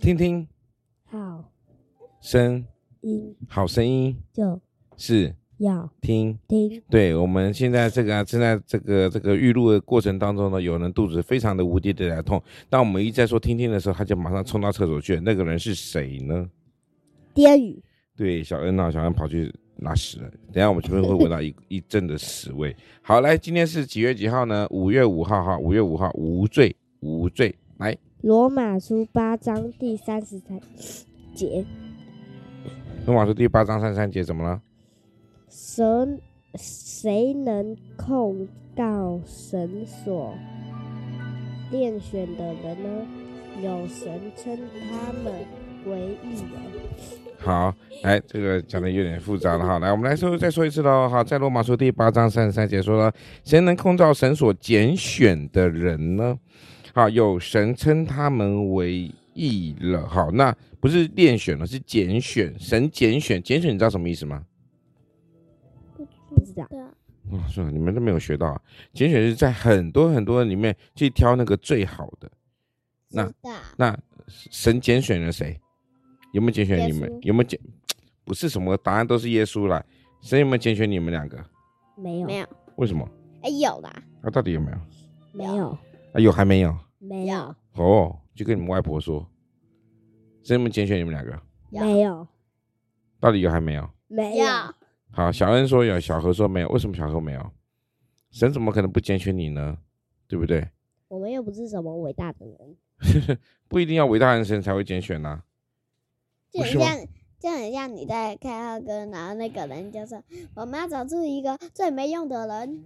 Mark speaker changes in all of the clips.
Speaker 1: 听听
Speaker 2: 好
Speaker 1: 声
Speaker 2: 音
Speaker 1: 好声音
Speaker 2: 就是要
Speaker 1: 听。
Speaker 2: 听。
Speaker 1: 对我们现在这个啊正在这个这个预录的过程当中呢，有人肚子非常的无敌的来痛，当我们一再说听听的时候，他就马上冲到厕所去了。那个人是谁呢？
Speaker 2: 颠语
Speaker 1: 对，小恩啊，小恩跑去拉屎了。等一下我们这边会闻到一一阵的屎味。好，来，今天是几月几号呢？五月五号哈，五月五号，无罪，无罪。来，
Speaker 2: 罗马书八章第三十三节，
Speaker 1: 罗马书第八章三十三节怎么了？
Speaker 2: 神谁能控告神所练选的人呢？有神称他们为义人。
Speaker 1: 好，来，这个讲的有点复杂了哈。来，我们来说再说一次喽。好，在罗马书第八章三十三节说了，谁能控告神所拣选的人呢？好，有神称他们为义了。好，那不是练选了，是拣选。神拣选，拣选你知道什么意思吗？
Speaker 2: 不知道
Speaker 3: 的
Speaker 1: 哇，算了，你们都没有学到啊！拣选是在很多很多里面去挑那个最好的。那
Speaker 3: 知道
Speaker 1: 那神拣选了谁？有没有拣选你
Speaker 3: 耶
Speaker 1: 们
Speaker 3: 稣？
Speaker 1: 有没有拣？不是什么答案都是耶稣啦。神有没有拣选你们两个？
Speaker 2: 没有
Speaker 3: 没有？
Speaker 1: 为什么？
Speaker 3: 哎，有啦，
Speaker 1: 啊，到底有没有？
Speaker 2: 没有
Speaker 1: 啊，有还没有？
Speaker 2: 没有
Speaker 1: 哦，就跟你们外婆说，神有没有拣选你们两个？
Speaker 3: 有
Speaker 2: 没有
Speaker 1: 到底有还没有？
Speaker 2: 没
Speaker 3: 有
Speaker 2: 哎有
Speaker 1: 好，小恩说有，小何说没有。为什么小何没有？神怎么可能不拣选你呢？对不对？
Speaker 2: 我们又不是什么伟大的人，
Speaker 1: 不一定要伟大人神才会拣选呐、啊
Speaker 3: 就
Speaker 1: 不
Speaker 3: 很
Speaker 1: 是吗
Speaker 3: 像，就很像你在看二哥，然后那个人就说：“我们要找出一个最没用的人。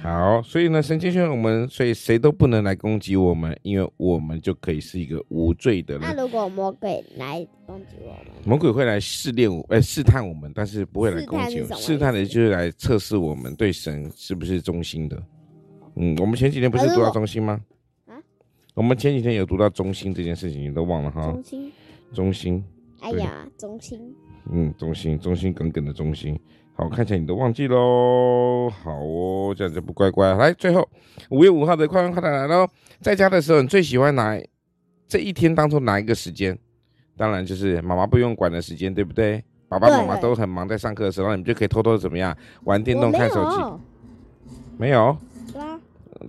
Speaker 1: 好，所以呢，神拣选我们，所以谁都不能来攻击我们，因为我们就可以是一个无罪的
Speaker 3: 那
Speaker 1: 人。
Speaker 3: 如果魔鬼来攻击我们，
Speaker 1: 魔鬼会来试炼我，哎，试探我们，但是不会来攻击我
Speaker 3: 试探是什
Speaker 1: 们。
Speaker 3: 么意思
Speaker 1: 试探的就是来测试我们对神是不是忠心的。嗯，我们前几天不是
Speaker 3: 可是
Speaker 1: 读到
Speaker 3: 我
Speaker 1: 忠心吗？
Speaker 3: 啊
Speaker 1: 我们前几天有读到忠心这件事情，你都忘了哈
Speaker 3: 中？心，
Speaker 1: 忠心，
Speaker 3: 哎
Speaker 1: 对
Speaker 3: 呀，中心，
Speaker 1: 嗯，忠心，忠心耿耿的忠心。好，看起来你都忘记喽。好哦，这样就不乖乖。来，最后五月五号的快问快答来喽。在家的时候，你最喜欢哪这一天当中哪一个时间？当然就是妈妈不用管的时间，对不对？爸爸
Speaker 2: 对
Speaker 1: 妈妈都很忙，在上课的时候，那你们就可以偷偷地怎么样玩电
Speaker 2: 我
Speaker 1: 动、
Speaker 2: 没
Speaker 1: 看手机。
Speaker 2: 有，
Speaker 1: 没有？
Speaker 2: 对啊，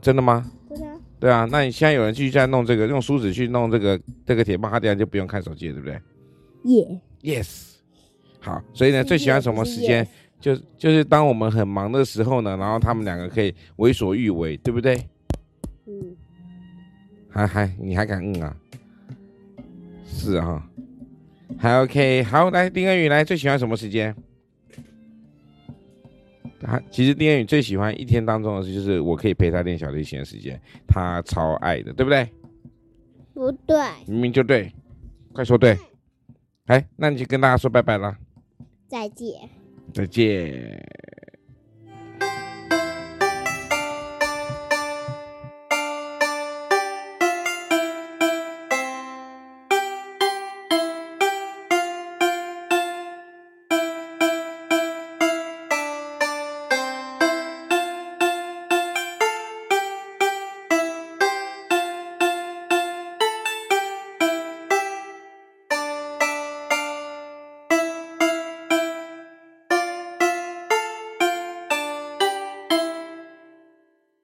Speaker 1: 真的吗？
Speaker 2: 对啊，
Speaker 1: 对啊，那你现在有人继续在弄这个，用梳子去弄这个这个铁棒，他这样就不用看手机了，对不对
Speaker 2: 耶，
Speaker 1: ？Yes。好，所以呢，最喜欢什么时间？
Speaker 2: 不是耶？
Speaker 1: 就就是当我们很忙的时候呢，然后他们两个可以为所欲为，对不对？
Speaker 2: 嗯，
Speaker 1: 还还你还敢嗯啊？是啊、还 OK。好，来丁恩宇来，最喜欢什么时间？他其实丁恩宇最喜欢一天当中的事就是我可以陪他练小提琴的时间，他超爱的，对不对？
Speaker 3: 不对，
Speaker 1: 明明就对，快说对。哎，那你就跟大家说拜拜啦，
Speaker 3: 再见。
Speaker 1: 再见。